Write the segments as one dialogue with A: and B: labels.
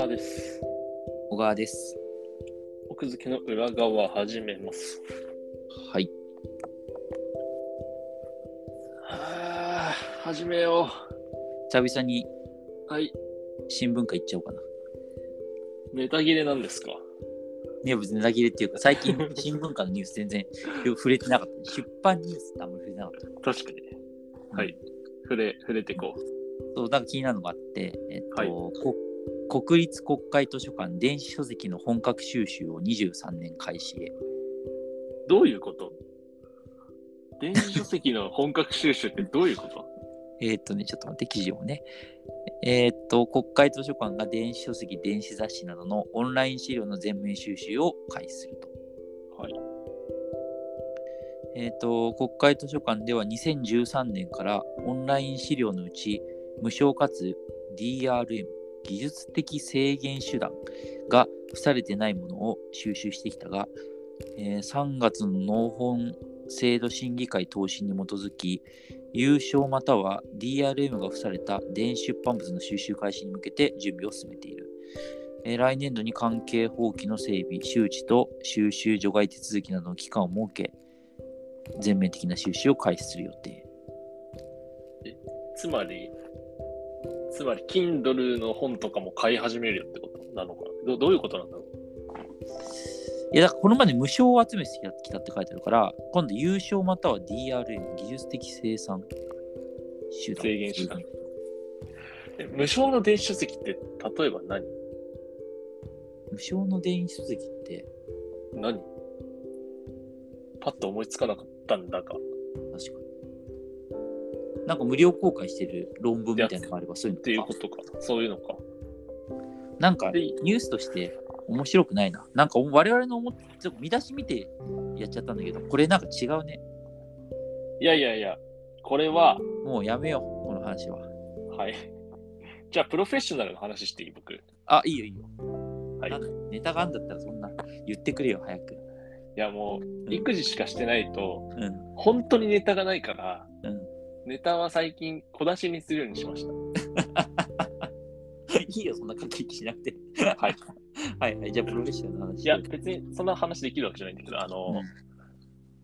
A: あです。
B: 小川です。
A: 奥付けの裏側始めます。
B: はい。
A: はあ、始めよ
B: 久々に
A: う。はい。
B: 新聞会行っちゃおうかな。
A: ネタ切れなんですか
B: ね、別にネタ切れっていうか、最近新聞会のニュース全然触れてなかった。出版ニュースってあんまり触れてなかった。
A: 確かに。はい。触れ、触れてこう。
B: そう、なんか気になるのがあって、えっと、
A: はい
B: こ国立国会図書館電子書籍の本格収集を23年開始へ。
A: どういうこと電子書籍の本格収集ってどういうこと
B: えーっとね、ちょっと待って、記事をね。えーっと、国会図書館が電子書籍、電子雑誌などのオンライン資料の全面収集を開始すると。
A: はい。
B: えーっと、国会図書館では2013年からオンライン資料のうち、無償かつ DRM、技術的制限手段が付されてないものを収集してきたが、えー3月の農本制度審議会答申に基づき、優勝または DRM が付された電子出版物の収集開始に向けて準備を進めている。えー来年度に関係法規の整備、周知と収集除外手続きなどの期間を設け、全面的な収集を開始する予定。
A: つまり、つまり、Kindle の本とかも買い始めるよってことなのかなどどういうことなんだろ
B: いやだからこのまで無償を集めてきたって書いてあるから、今度優勝または DRM、技術的生産手段。
A: 制限手段うえ無償の電子書籍って、例えば何
B: 無償の電子書籍って、
A: 何パッと思いつかなかったんだが。
B: 確かに。なんか無料公開してる論文みたいなのがあれば、そういう
A: っ
B: の
A: ていう
B: と
A: こ
B: か。
A: とか、そういうのか。
B: なんか
A: で
B: ニュースとして面白くないな。なんか我々の思っちょっと見出し見てやっちゃったんだけど、これなんか違うね。
A: いやいやいや、これは、
B: もうやめよう、この話は。
A: はい。 じゃあ、プロフェッショナルの話していい僕。
B: あ、いいよいいよ。
A: はい
B: なんかネタがあんだったらそんな言ってくれよ、早く。
A: いや、もう、育児しかしてないと、
B: うん。
A: 本当にネタがないから、
B: うん。
A: ネタは最近小出しにするようにしました。
B: いいよ、そんな駆け引きしなくて。
A: はい。
B: はいはい、じゃあプロフェッショナルの話。
A: いや、別にそんな話できるわけじゃないんだけど、あ
B: う
A: の
B: ん、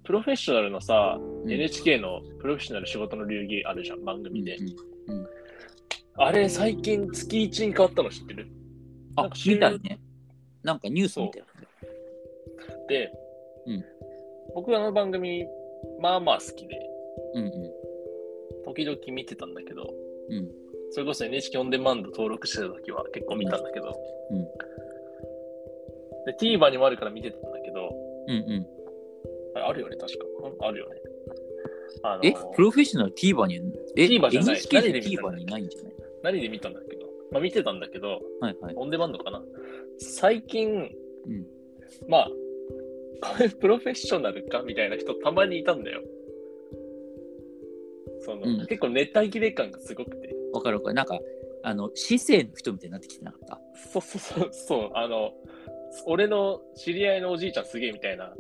A: プロフェッショナルのさ、
B: うん、
A: NHK のプロフェッショナル仕事の流儀あるじゃん、番組で
B: う。ん
A: あれ、最近月1に変わったの知ってるなん
B: あ
A: か、週
B: 見たいね。なんかニュース見たよ。
A: で、
B: うん
A: 僕はあの番組、まあまあ好きで、
B: うん
A: 時々見てたんだけど、
B: うん。うん。
A: それこそ NHK オンデマンド登録してた時は結構見たんだけど、
B: うん
A: で TVer にもあるから見てたんだけど、
B: うんうん。
A: あれあるよね、確か。うんあるよね。あの
B: え、プロフェッショナル TVer にえ、
A: TVer じゃない
B: NHK
A: 何
B: で
A: で見たの
B: TVer にないんじゃない
A: 何で見たんだっけど、まあ、見てたんだけど、
B: はいはい。
A: オンデマンドかな。最近、
B: うん
A: まあ、これプロフェッショナルかみたいな人たまにいたんだよ。その、
B: うん
A: 結構ネタ切れ感がすごくて。
B: わかるわかる。なんか、あの、市政の人みたいになってきてなかった。
A: そうそうそう、そう、あの、俺の知り合いのおじいちゃんすげえみたいな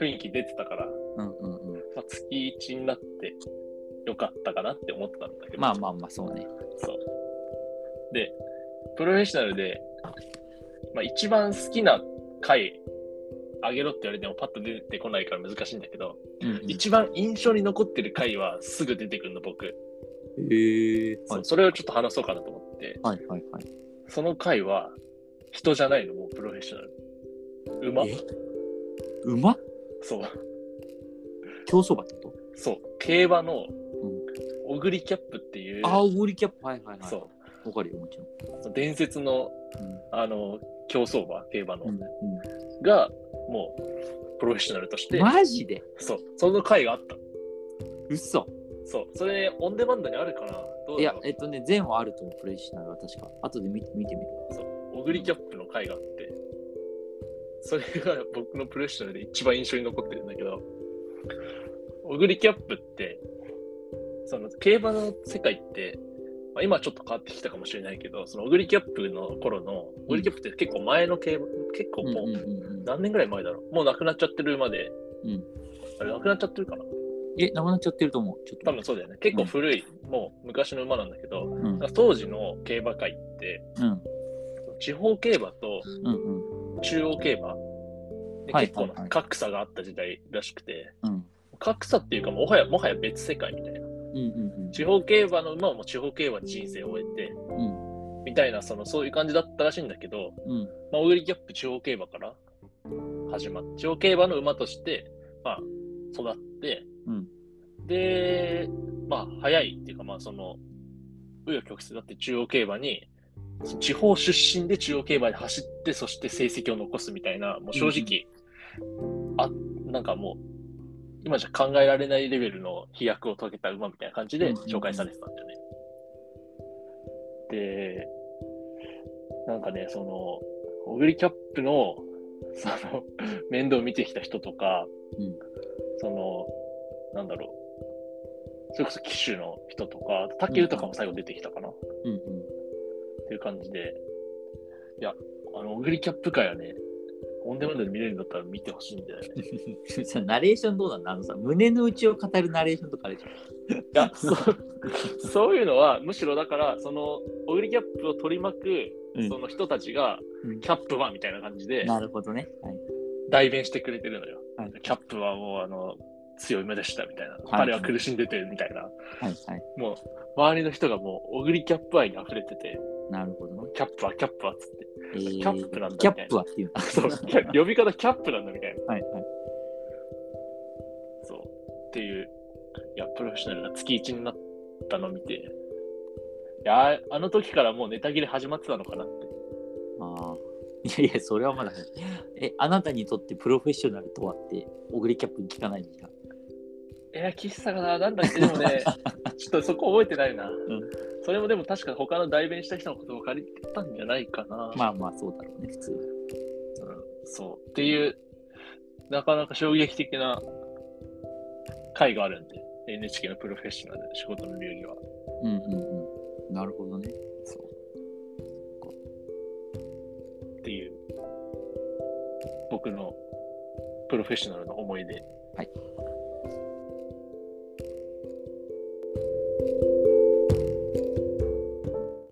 A: 雰囲気出てたから、
B: うんうんうん。
A: まあ、月1になってよかったかなって思ったんだけど、
B: まあまあまあ、そうね。
A: で、プロフェッショナルで、まあ、一番好きな回あげろって言われてもパッと出てこないから難しいんだけど、
B: うんうん、
A: 一番印象に残ってる回はすぐ出てくるの僕、
B: へえ
A: そ
B: は
A: うそれをちょっと話そうかなと思って、
B: いはいはい。
A: その回は人じゃないの、もうプロフェッショナル。馬
B: え馬
A: そう。
B: 競走馬ってこ
A: そう、競馬の、オグリキャップっていう、
B: とああ、オーリキャップ。はいはいはい。。
A: そう
B: わかるよ、もちろん。
A: う、伝説の、あの、競走馬、競馬の、
B: うん
A: が、もう、プロフェッショナルとし
B: うん、
A: て、
B: マジで
A: そう、その回があった。
B: 嘘
A: そう、それ、オンデマンドにあるかなどう
B: い
A: だ
B: や
A: ろ、う
B: えっとね、全はあると思う、プレイシナルは確か。後で見て見てみる。
A: オグリキャップの回があって、それが僕のプロフェッショナルで一番印象に残ってるんだけど、オグリキャップって、その競馬の世界って、まあ、今ちょっと変わってきたかもしれないけど、そのオグリキャップの頃の、オグリキャップって結構前の競馬、結構もう
B: うんうんうんうん
A: 何年ぐらい前だろうもう亡くなっちゃってる馬で、
B: うん
A: あれ亡くなっちゃってるかな
B: え、なくなっちゃってると思う。ちょっと。
A: 多分そうだよね。結構古い、もう昔の馬なんだけど、
B: うん。うん。
A: 当時の競馬界って、
B: うん。
A: 地方競馬と
B: うん。
A: 中央競馬で
B: はい
A: 結構な格差があった時代らしくて、
B: うん。
A: 格差っていうかもはや、もはや別世界みたいな。
B: うん。うん。
A: 地方競馬の馬はもう地方競馬で人生を終えて、
B: うん。
A: みたいな、そのそういう感じだったらしいんだけど、
B: うん。
A: まあ、オイルギャップ地方競馬から始まって、地方競馬の馬として、まあ、育って、
B: うん
A: で、まあ、早いっていうか、まあ、その、紆余曲折だって中央競馬に、その地方出身で中央競馬で走って、そして成績を残すみたいな、もう正直、あ、なんかもう、今じゃ考えられないレベルの飛躍を遂げた馬みたいな感じ
B: う
A: で
B: んうんうん
A: 紹介されてたんだよね。で、なんかね、その、オグリキャップのその面倒を見てきた人とか、
B: うん
A: その、なんだろう、それこそ騎手の人とか、武豊も最後出てきたかな、っ
B: うん。
A: ていう感じで、いや、あの、オグリキャップ界はね、オンデマンドで見れるんだったら見てほしいんだ よね。
B: うん。さ、ナレーションどうなんだあのさ、胸の内を語るナレーションとかあるじゃん。
A: いや、そう、そういうのは、むしろだから、その、オグリキャップを取り巻
B: う
A: く、
B: ん
A: その人たちが
B: うん、
A: キャップはみたいな感じで、
B: なるほどね。はい。
A: 代弁してくれてるのよ。
B: はい。
A: キャップはもうあの強い目でしたみたいな、彼は苦しんでてみたいな、
B: はい。はい。
A: もう周りの人がもう、オグリキャップ愛に溢れてて、
B: なるほどね。
A: キャップはキャップはっつって、
B: えー
A: キャップなんだ
B: キャップはっていう。
A: そうキャ呼び方キャップなんだみたいな、
B: はい。はい。
A: そうっていう、いや、プロフェッショナルが月1になったの見て、いや、あの時からもうネタ切れ始まってたのかなって。
B: ああ。いやい や、それはまだ。え、あなたにとってプロフェッショナルとはって、オグリキャップに聞かないんだ。
A: いや、喫茶かな、なんだっけ、でも ね、ちょっとそこ覚えてないな。
B: ん
A: それもでも確か他の代弁した人のことを借りてたんじゃないかな。
B: まあまあ、そうだろうね、普通は。
A: そう。っていう、なかなか衝撃的な回があるんで、NHK のプロフェッショナル、仕事の流儀は。
B: うんうんうん。なるほどね。そう。
A: っていう、僕のプロフェッショナルの思い出。
B: はい